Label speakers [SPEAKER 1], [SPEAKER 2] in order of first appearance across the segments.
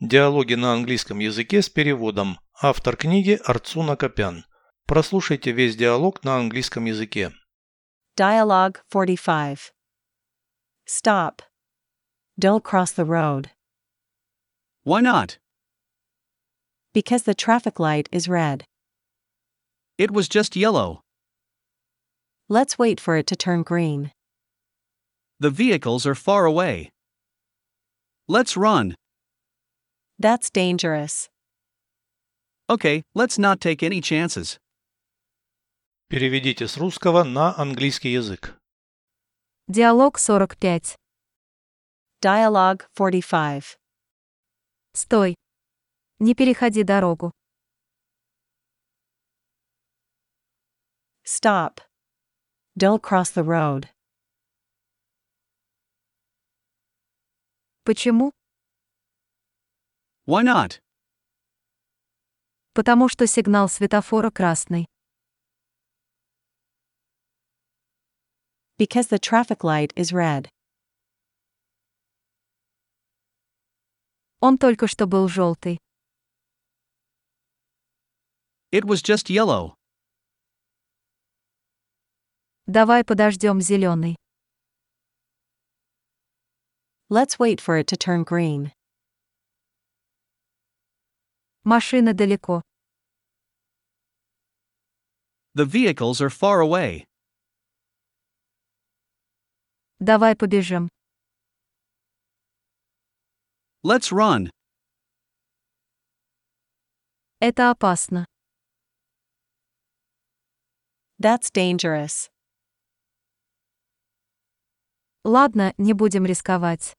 [SPEAKER 1] Диалоги на английском языке с переводом. Автор книги Арцуна Копян. Прослушайте весь диалог на английском языке.
[SPEAKER 2] Dialogue 45. Stop. Don't cross the road
[SPEAKER 3] Why not?
[SPEAKER 2] because the traffic light is red.
[SPEAKER 3] It was just yellow.
[SPEAKER 2] Let's wait for it to turn green.
[SPEAKER 3] The vehicles are far away. Let's run.
[SPEAKER 2] That's dangerous.
[SPEAKER 3] Okay, let's not take any chances.
[SPEAKER 1] Переведите с русского на английский язык.
[SPEAKER 4] Диалог 45.
[SPEAKER 2] Dialogue 45.
[SPEAKER 4] Стой. Не переходи дорогу.
[SPEAKER 2] Stop. Don't cross the road
[SPEAKER 4] Почему?
[SPEAKER 3] Why not?
[SPEAKER 4] Потому что сигнал светофора красный.
[SPEAKER 2] because the traffic light is red.
[SPEAKER 4] Он только что был желтый.
[SPEAKER 3] It was just yellow.
[SPEAKER 4] Давай подождем зеленый.
[SPEAKER 2] Let's wait for it to turn green
[SPEAKER 4] Машина далеко.
[SPEAKER 3] The vehicles are far away.
[SPEAKER 4] Давай побежим.
[SPEAKER 3] Let's run.
[SPEAKER 4] Это опасно.
[SPEAKER 2] That's dangerous.
[SPEAKER 4] Ладно, не будем рисковать.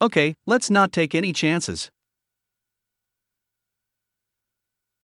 [SPEAKER 3] Okay, let's not take any chances.